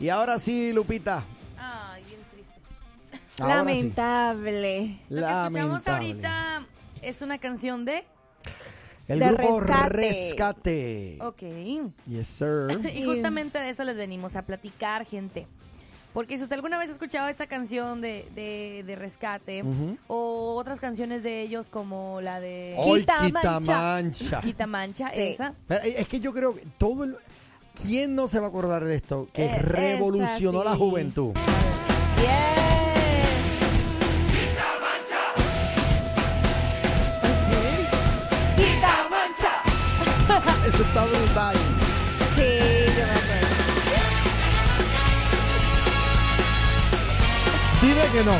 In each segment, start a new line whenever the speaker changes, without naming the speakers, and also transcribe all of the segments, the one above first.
Y ahora sí, Lupita.
Ay, bien triste.
ahora sí.
Lamentable.
Lo que escuchamos
Lamentable.
ahorita es una canción de...
El
De
grupo Rescate.
Rescate.
Ok.
Yes, sir.
Y justamente de eso les venimos a platicar, gente. Porque si usted alguna vez ha escuchado esta canción de, de, de Rescate
Ujú.
o otras canciones de ellos como la de
Oh.
Hoy
Quitamancha.
Quitamancha.
Quita Mancha,
Sí.
esa.
Pero eh, Es que yo creo que todo el... ¿Quién no se va a acordar de esto? Que
Eh, esa
revolucionó la
sí.
juventud.
Yes.
Eso está brutal.
Sí, yo me acuerdo.
Dime que no.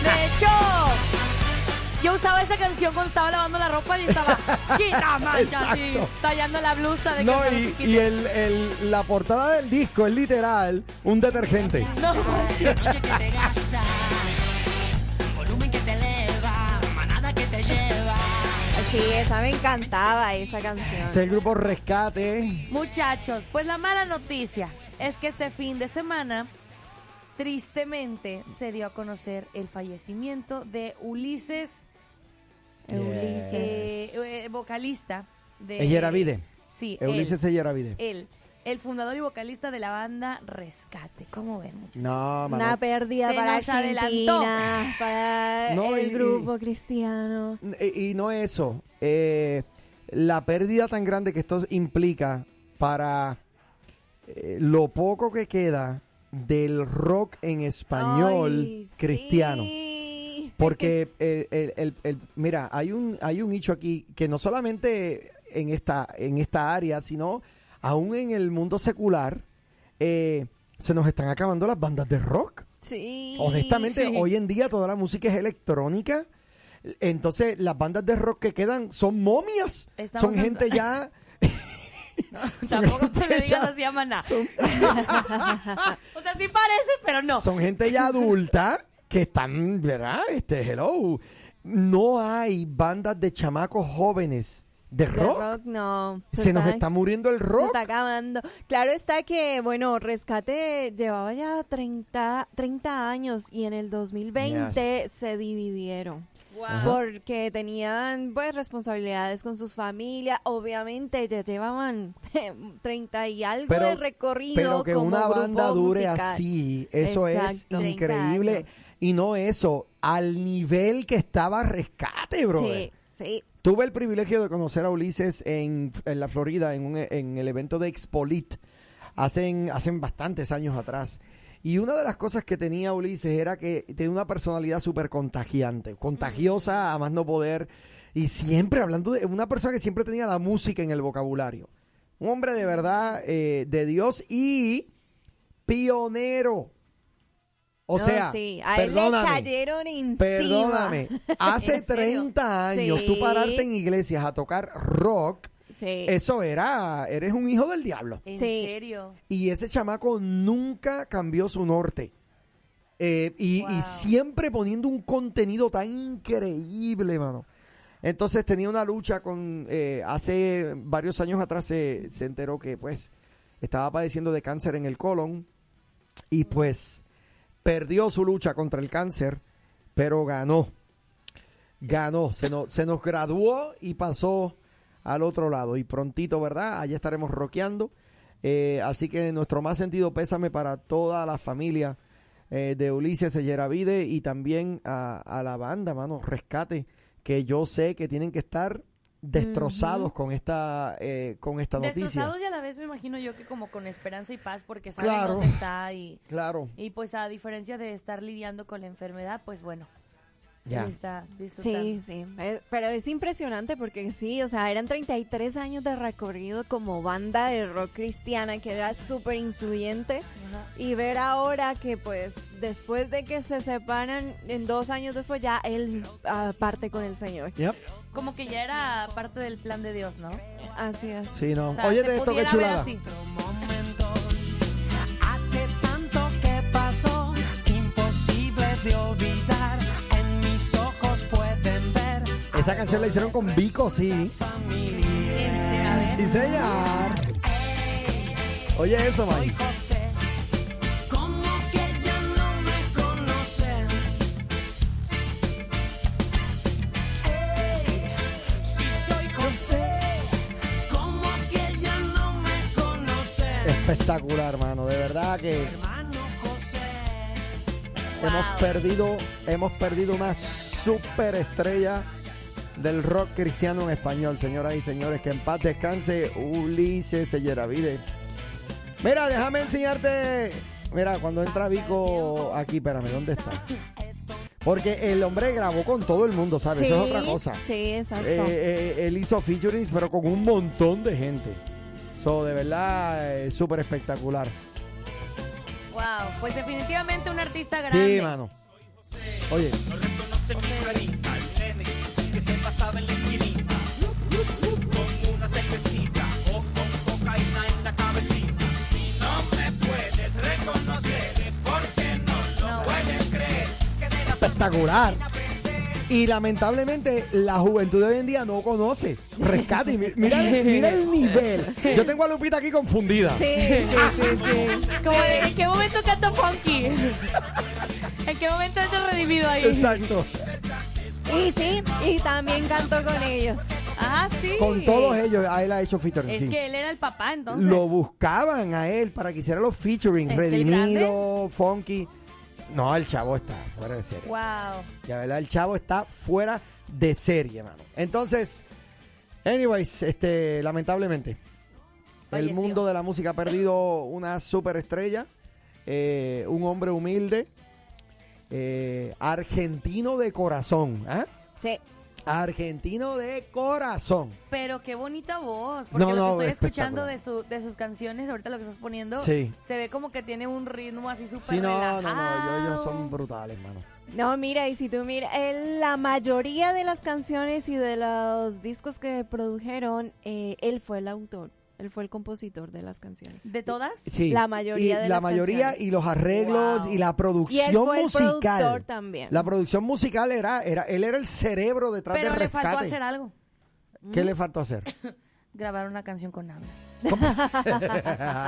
De hecho, yo usaba esa canción cuando estaba lavando la ropa y estaba quita mancha, así,
Exacto.
tallando la blusa de
No,
Canta
y,
Chiquito.
y el- el- la portada del disco es literal un detergente.
No,
noche que te gasta, volumen que te eleva, manada que te lleva.
Sí, esa me encantaba, esa canción.
Es el grupo Rescate.
muchachos, pues la mala noticia es que este fin de semana, tristemente, se dio a conocer el fallecimiento de Ulises, eh, eh, vocalista de...
Eyeravide.
Sí, él,
Ulises Eyeravide.
él, el fundador y vocalista de la banda Rescate. ¿Cómo ven, muchachos?
No, mano.
Una pérdida
Se
para
nos
Argentina,
adelantó.
para
No,
el
y-
grupo cristiano.
Y, y no eso. eh, la pérdida tan grande que esto implica para eh, lo poco que queda del rock en español
Ay,
cristiano.
sí.
Porque, eh, el, el- el- mira, hay un, hay un hecho aquí que no solamente en esta, en esta área, sino aún en el mundo secular, eh, se nos están acabando las bandas de rock.
Sí.
Honestamente,
sí.
hoy en día toda la música es electrónica. Entonces, las bandas de rock que quedan son momias.
Estamos
son
en-
gente ya.
Tampoco te le digas así a Maná. o sea, sí parece, pero no.
Son gente ya adulta que están, ¿verdad? Este, hello. No hay bandas de chamacos jóvenes de
De
rock.
rock no.
Se nos
Total.
está muriendo el
Se
rock.
está acabando. Claro está que, bueno, Rescate llevaba ya 30, 30 años y en el 2020 se dividieron. Porque tenían, pues, responsabilidades con sus familias. Obviamente ya llevaban 30 y algo de recorrido.
pero que
como
una
grupo
banda dure
musical.
así, eso
Exacto.
es
30
increíble.
años.
Y no eso, al nivel que estaba Rescate, brother.
Sí, sí.
Tuve el privilegio de conocer a Ulises en, en la Florida, en, un- en el evento de Expolit, hacen, hacen bastantes años atrás. Y una de las cosas que tenía Ulises era que tenía una personalidad súper contagiante, contagiosa a más no poder. Y siempre hablando de una persona que siempre tenía la música en el vocabulario. Un hombre de verdad, eh, de Dios y pionero. O
No,
sea,
sí. a él le
perdóname.
cayeron encima.
Perdóname, hace
¿En serio?
30 años
Sí.
tú pararte en iglesias a tocar rock,
Sí.
eso era, eres un hijo del diablo.
En
Sí.
serio.
Y ese chamaco nunca cambió su norte. Eh, y, y
Wow.
siempre poniendo un contenido tan increíble, mano. Entonces tenía una lucha con, eh, hace varios años atrás se, se enteró que pues estaba padeciendo de cáncer en el colon y pues perdió su lucha contra el cáncer, pero ganó. Ganó, se nos, se nos graduó y pasó al otro lado. Y prontito, ¿verdad? Allá estaremos roqueando. Eh, así que nuestro más sentido pésame para toda la familia eh, de Ulises Selleravide y también a, a la banda, mano, Rescate, que yo sé que tienen que estar destrozados con esta eh, con esta noticia.
Destrozados y a la vez me imagino yo que como con esperanza y paz porque saben
Claro.
dónde está y,
Claro,
y pues a diferencia de estar lidiando con la enfermedad, pues bueno,
ya.
sí está disfrutando.
Sí, sí, Eh, pero es impresionante porque sí, o sea, eran 33 años de recorrido como banda de rock cristiana que era súper influyente
Ajá.
y ver ahora que pues después de que se separan, en dos años después ya él ah, parte con el Señor.
Yep.
Como que ya era parte del plan de Dios, ¿no?
Así es.
Sí, no.
O sea,
Oye,
se
esto qué
pudiera ver
chulada.
así.
Momento, hace tanto que pasó, imposible de olvidar. En mis ojos pueden ver
Esa canción la hicieron con Vico, sí.
familia.
En- a ver.
Sí, señor. Oye eso,
Soy
May.
José, como que ya no me conocen. Ey, si soy José, como que ya no me conocen.
Espectacular, hermano. De verdad que
Hermano José.
hemos perdido, hemos perdido una superestrella del rock cristiano en español, señoras y señores. Que en paz descanse Ulises Selleravide. Mira, déjame enseñarte. Mira, cuando entra Vico aquí, espérame, ¿dónde está? Porque el hombre grabó con todo el mundo, ¿sabes? Eso es otra cosa.
Sí, exacto.
Eh, eh, él hizo featurings, pero con un montón de gente. So, de verdad, eh, súper espectacular.
Wow, pues definitivamente un artista grande.
Sí, mano. Oye,
reconoce mi carita, el nene que se pasaba en la esquinita, con una cervecita o con cocaína en la cabecita. Si no me puedes reconocer, es porque no lo
No.
puedes creer. Que de la
espectacular. Y lamentablemente la juventud de hoy en día no conoce. Rescate. y mi- Mira, mira el nivel. Yo tengo a Lupita aquí confundida.
Sí, sí, sí, sí.
Como de, en qué momento canto funky. en qué momento te redimido ahí.
Exacto.
Y sí, y también canto con ellos.
Ah, sí.
Con todos ellos, a él ha hecho featuring.
Es
sí.
que él era el papá entonces.
Lo buscaban a él para que hiciera los featuring.
¿Es que el
Redimido, funky. No, el chavo está fuera de serie.
Wow.
La verdad, el chavo está fuera de serie, mano. Entonces, anyways, este, lamentablemente, el
Falleció.
mundo de la música ha perdido una superestrella, eh, un hombre humilde, eh, argentino de corazón, ¿ah?
Sí.
Argentino de corazón.
Pero qué bonita voz, porque
No,
lo
no,
que estoy escuchando de,
espectacular.
su, de sus canciones, ahorita lo que estás poniendo,
Sí.
se ve como que tiene un ritmo así súper
Sí, no, no, no,
relajado.
ellos- ellos son brutales, mano.
No, mira, y si tú miras, él, la mayoría de las canciones y de los discos que produjeron, eh, él fue el autor, él fue el compositor de las canciones.
¿De todas?
Sí.
La mayoría
y
de
la
las
mayoría
canciones.
y los arreglos
Wow.
y la producción
Y él fue el
musical.
productor también.
La producción musical era, era él era el cerebro detrás
Pero
del
le
rescate.
faltó hacer algo.
¿Qué le faltó hacer?
Grabar una canción con Ana.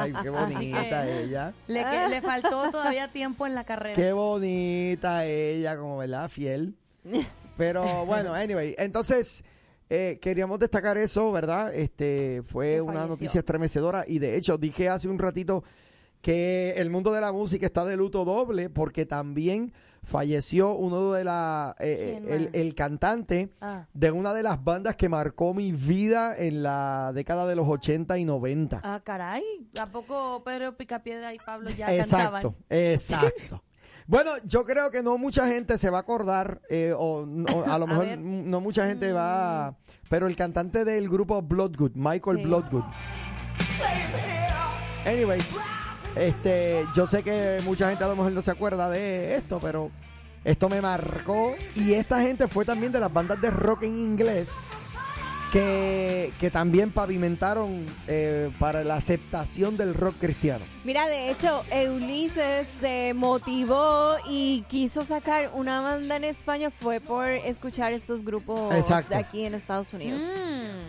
Ay, qué bonita
que-
ella.
Le, que- le faltó todavía tiempo en la carrera.
Qué bonita ella, como verdad, fiel. Pero bueno, anyway, entonces eh, queríamos destacar eso, ¿verdad? Este fue
Que
una
falleció.
noticia estremecedora y de hecho dije hace un ratito que el mundo de la música está de luto doble porque también falleció uno de la eh,
¿Quién
el,
más?
el cantante
Ah,
de una de las bandas que marcó mi vida en la década de los 80 y 90.
ah, caray. ¿A poco Pedro Picapiedra y Pablo ya
Exacto,
cantaban?
exacto. Bueno, yo creo que no mucha gente se va a acordar, eh, o, o a lo
A
mejor
ver. Mm.
mm, no mucha gente va. a- Pero el cantante del grupo Bloodgood, Michael
Sí.
Bloodgood. Anyways, este, yo sé que mucha gente a lo mejor no se acuerda de esto, pero esto me marcó. Y esta gente fue también de las bandas de rock en inglés que, que también pavimentaron eh, para la aceptación del rock cristiano.
Mira, de hecho, eh, Ulises se motivó y quiso sacar una banda en España fue por escuchar estos grupos
Exacto.
de aquí en Estados Unidos.
Mm.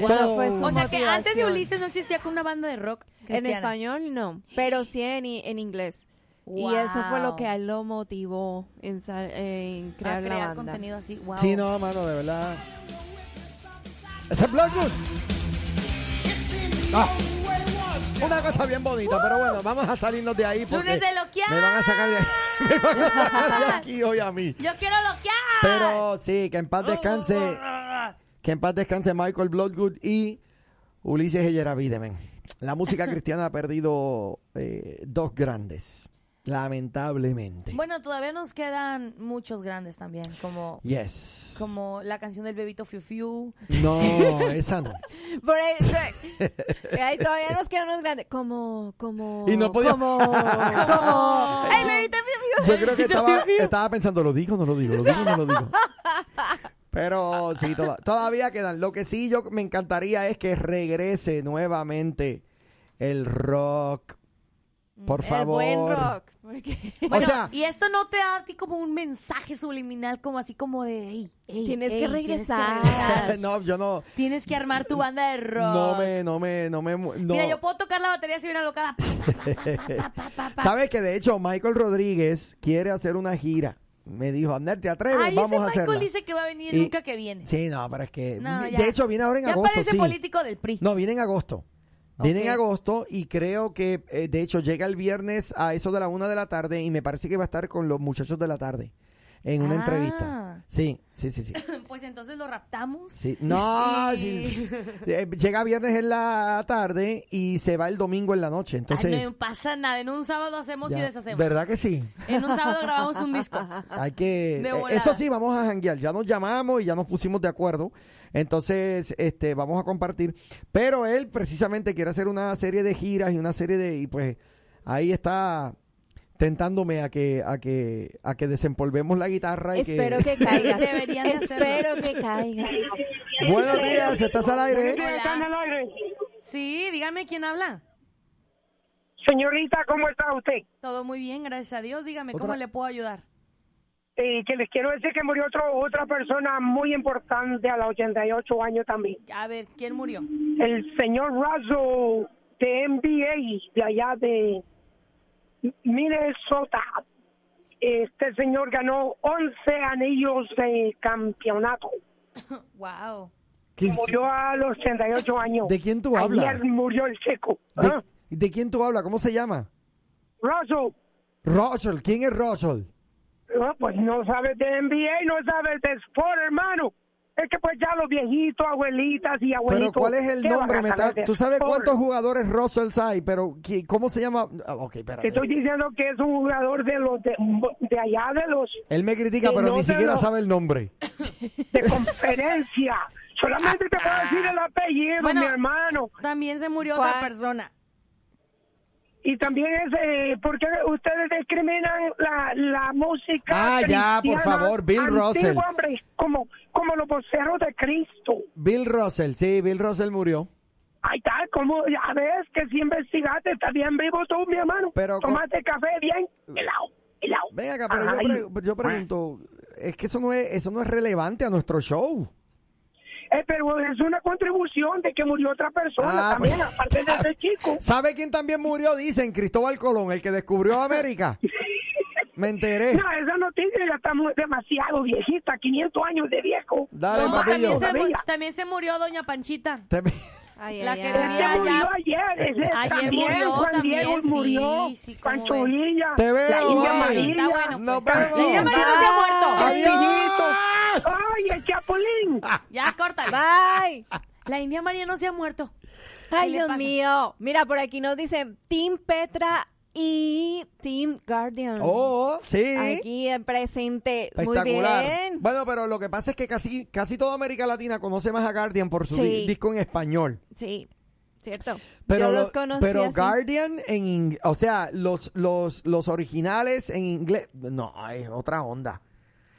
Esa
So-
fue su
O sea que antes de
motivación.
Ulises no existía con una banda de rock
En
cristiana.
español no, pero sí en, i- en inglés. Y eso fue lo que a él lo motivó en, sa- en
Wow. A
crear, la
crear
banda.
contenido así. Wow.
Sí, no, mano, de verdad. Ese es Bloodwood. Ah. Una cosa bien bonita, pero bueno, vamos a salirnos de ahí porque
Lunes de loquear.
me van a sacar de me van a sacar de aquí hoy a mí.
Yo quiero loquear.
Pero sí, que en paz descanse, que en paz descanse Michael Bloodgood y Ulises Elleravide, men. La música cristiana ha perdido eh, dos grandes, lamentablemente.
Bueno, todavía nos quedan muchos grandes también, como,
Yes.
como la canción del bebito Fiu Fiu.
No, esa no.
Por ahí, por ahí todavía nos quedan unos grandes. Como, como.
Y no podía-
Como. como ¡Ay, bebita, mi amigo!
Yo creo que estaba, estaba pensando, ¿lo digo o no lo digo? ¿Lo digo o no lo digo? Pero sí, toda- todavía quedan. Lo que sí yo me encantaría es que regrese nuevamente el rock. Por
El
Mm,
favor.
buen rock. Porque
Bueno,
sea-
y esto no te da a ti como un mensaje subliminal, como así como de, "Ey, ey,
Tienes que
ey,
regresar".
Tienes que, regresar.
no, yo no.
Tienes que armar tu banda de rock.
No me, no me, no me. mu- No.
Mira, yo puedo tocar la batería si viene locada.
Sabes que de hecho Michael Rodríguez quiere hacer una gira. Me dijo, Ander, ¿te atreves?
Ahí
Vamos
ese
a hacerla.
Michael Ah, dice que va a venir
Y-
nunca que viene.
Sí, no, pero es que.
No, ya.
de hecho, viene ahora en
ya
agosto.
parece
sí.
político del PRI.
No, viene en agosto. Viene en
Ok.
agosto y creo que, eh, de hecho, llega el viernes a eso de la una de la tarde y me parece que va a estar con los muchachos de la tarde en una
Ah.
entrevista. Sí, sí, sí, sí.
Pues entonces lo raptamos.
Sí. No,
Y-
sí. Eh, llega viernes en la tarde y se va el domingo en la noche. Entonces,
Ay, no pasa nada. En un sábado hacemos y
ya.
deshacemos.
¿verdad que sí?
En un sábado grabamos un disco.
Hay que.
De
eh,
volada.
Eso sí, vamos a janguear. Ya nos llamamos y ya nos pusimos de acuerdo. Entonces, este, vamos a compartir. Pero él precisamente quiere hacer una serie de giras y una serie de. Y pues ahí está tentándome a que, a que, a que desempolvemos la guitarra y
espero que caigas.
Deberían de hacerlo.
espero que caigas.
Buenos días, estás al aire.
Hola.
Están al aire.
Sí, dígame quién habla.
Señorita, ¿cómo está usted?
Todo muy bien, gracias a Dios. Dígame
Otra-
cómo le puedo ayudar.
Eh, que les quiero decir que murió otro, otra persona muy importante a los 88 años también.
A ver, ¿quién murió?
El señor Russell de NBA de allá de Minnesota. Este señor ganó 11 anillos de campeonato.
Wow.
¿Qué-
Murió a los 88 años.
¿De quién tú hablas?
Ayer murió el chico.
de,
¿ah?
de quién tú hablas? ¿Cómo se llama?
Russell,
Russell. ¿Quién es Russell?
No, pues no sabes de NBA, no sabes de sport, hermano. Es que pues ya los viejitos, abuelitas y
Pero
abuelitos.
¿cuál es el
¿qué van
nombre?
a
Me
saber
está-
de
¿Tú sabes
sport?
cuántos jugadores Russell hay? Pero ¿qui- ¿cómo se llama? Ah, Ok,
Te
espérate.
estoy diciendo que es un jugador de los de, de allá de los
Él me critica,
Que
pero
no
ni
te
siquiera
lo-
sabe el nombre.
de conferencia. Solamente te puedo decir el apellido,
Bueno.
mi hermano.
También se murió
¿Cuál?
otra persona.
Y también es eh, porque ustedes discriminan la, la música.
Ah, ya, por
cristiana
favor, Bill
antigua,
Russell.
hombre, como, como los voceros de Cristo.
Bill Russell, sí, Bill Russell murió.
Ahí está, como ya ves que si investigaste, está bien vivo tú, mi hermano.
Pero con-
Tomaste café bien, helado, helado.
Ven acá, pero
Ay,
yo, pre- yo pregunto, es que eso no es, eso no es relevante a nuestro show.
eh, pero es una contribución de que murió otra
Ah,
persona también,
pues-
aparte de ese chico.
¿Sabe quién también murió? Dicen Cristóbal Colón, el que descubrió América. Me enteré.
No, esa noticia ya está muy- demasiado viejita, 500 años de viejo.
Dale,
No,
papillo.
también, se, mu-
Todavía.
también se murió Doña Panchita.
Te-
Ay,
La
ay,
que
ay.
Ese
Ya,
Este murió
ya.
ayer, ese
Ayer
también,
murió,
Juan
también,
Diego
sí,
murió,
sí, ¿cómo
Pancho
ves?
Villa,
Te
la
veo,
India
bye.
María,
Está bueno,
Nos
pues.
vemos.
La India María no se ha muerto.
el
Adiós.
niñito. ¡Ay, el Chapulín!
Ya, córtala.
Bye.
La India María no se ha muerto.
Ay,
le
Dios
pasa?
mío. Mira, por aquí nos dicen Team Petra y Team Guardian.
Oh, sí.
Aquí en presente. Muy
Espectacular.
bien.
Bueno, pero lo que pasa es que casi, casi toda América Latina conoce más a Guardian por su
Sí.
di- disco en español.
Sí, cierto.
Pero,
Yo
lo-
los conocí
pero
así.
Guardian en ing- o sea, los, los, los originales en inglés, no, es otra onda.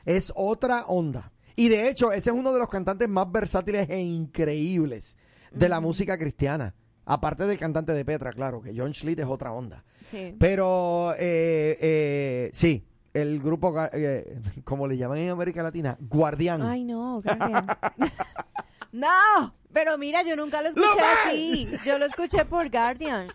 Es otra onda. Y de hecho, ese es uno de los cantantes más versátiles e increíbles de la música cristiana. Aparte del cantante de Petra, claro, que John Schlitt es otra onda.
Sí.
Pero eh, eh, sí, el grupo, Gua- eh, como le llaman en América Latina, Guardián.
Ay, no, Guardian. no, pero mira, yo nunca lo escuché así. Yo lo escuché por Guardian.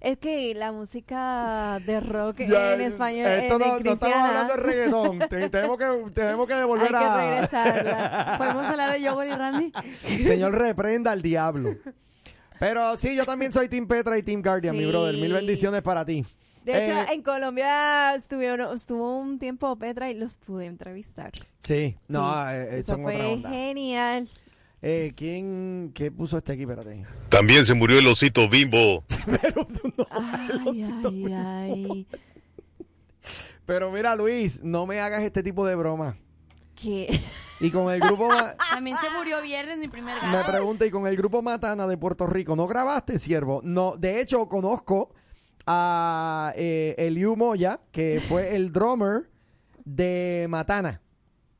Es que la música de rock
Ya, eh,
en español es
Esto
de
no, no estamos
cristiana.
hablando de reggaetón. Te- tenemos, que, tenemos que
Hay
devolver
que
a.
regresarla.
¿Podemos hablar de Yogurt y Randy?
Señor, reprenda al diablo. Pero sí, yo también soy Team Petra y Team Guardian, mi
Sí.
brother. Mil bendiciones para ti.
De hecho,
Eh,
en Colombia estuvieron, estuvo un tiempo Petra y los pude entrevistar.
sí, no,
Sí,
eh, eh,
eso
son
fue
otra onda.
genial.
Eh, ¿Quién qué puso este aquí? Espérate.
También se murió el osito bimbo.
Ay, ay, ay.
Pero mira, Luis, no me hagas este tipo de broma.
¿Qué?
Y con el grupo. ma-
También se murió viernes mi primer
Me
gato.
pregunta, y con el grupo Matana de Puerto Rico, ¿no grabaste, siervo? No, de hecho, conozco a eh, Eliu Moya, que fue el drummer de Matana.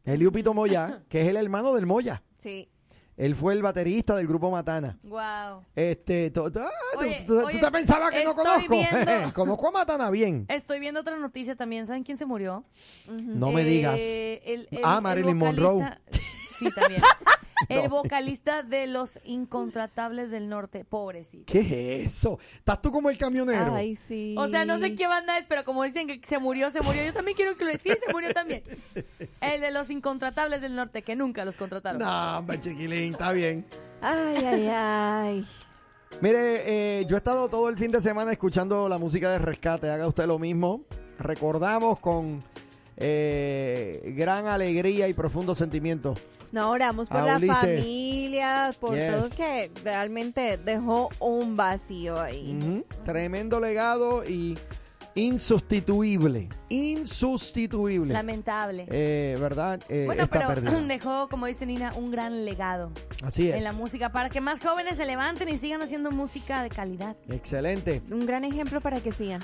Eliu Pito Moya, que es el hermano del Moya.
Sí.
Él fue el baterista del grupo Matana.
Wow.
Este, to- ah, tú-
Oye,
tú, tú
oye,
te pensabas que no
estoy
conozco.
viendo-
conozco a Matana bien.
Estoy viendo otra noticia también. ¿Saben quién se murió?
No me
Eh,
digas.
el- el-
Ah,
el
Marilyn
vocalista-
Monroe.
Sí, también. El
No.
vocalista de Los Incontratables del Norte. Pobrecito.
¿Qué es eso? ¿Estás tú como el camionero?
Ay, sí.
O sea, no sé qué banda es, pero como dicen que se murió, se murió. Yo también quiero que lo sí, se murió también. El de Los Incontratables del Norte, que nunca los contrataron.
No, hombre, chiquilín, está bien.
Ay, ay, ay.
Mire, eh, yo he estado todo el fin de semana escuchando la música de rescate. Haga usted lo mismo. Recordamos con eh, gran alegría y profundo sentimiento.
No, oramos por
A
la
Ulises.
familia, por
Yes.
todos que realmente dejó un vacío ahí.
Ujú. Tremendo legado y insustituible. Insustituible.
Lamentable.
Eh, ¿Verdad? Eh,
bueno,
está
pero
perdido.
dejó, como dice Nina, un gran legado
Así es.
en la música para que más jóvenes se levanten y sigan haciendo música de calidad.
Excelente.
Un gran ejemplo para que sigan.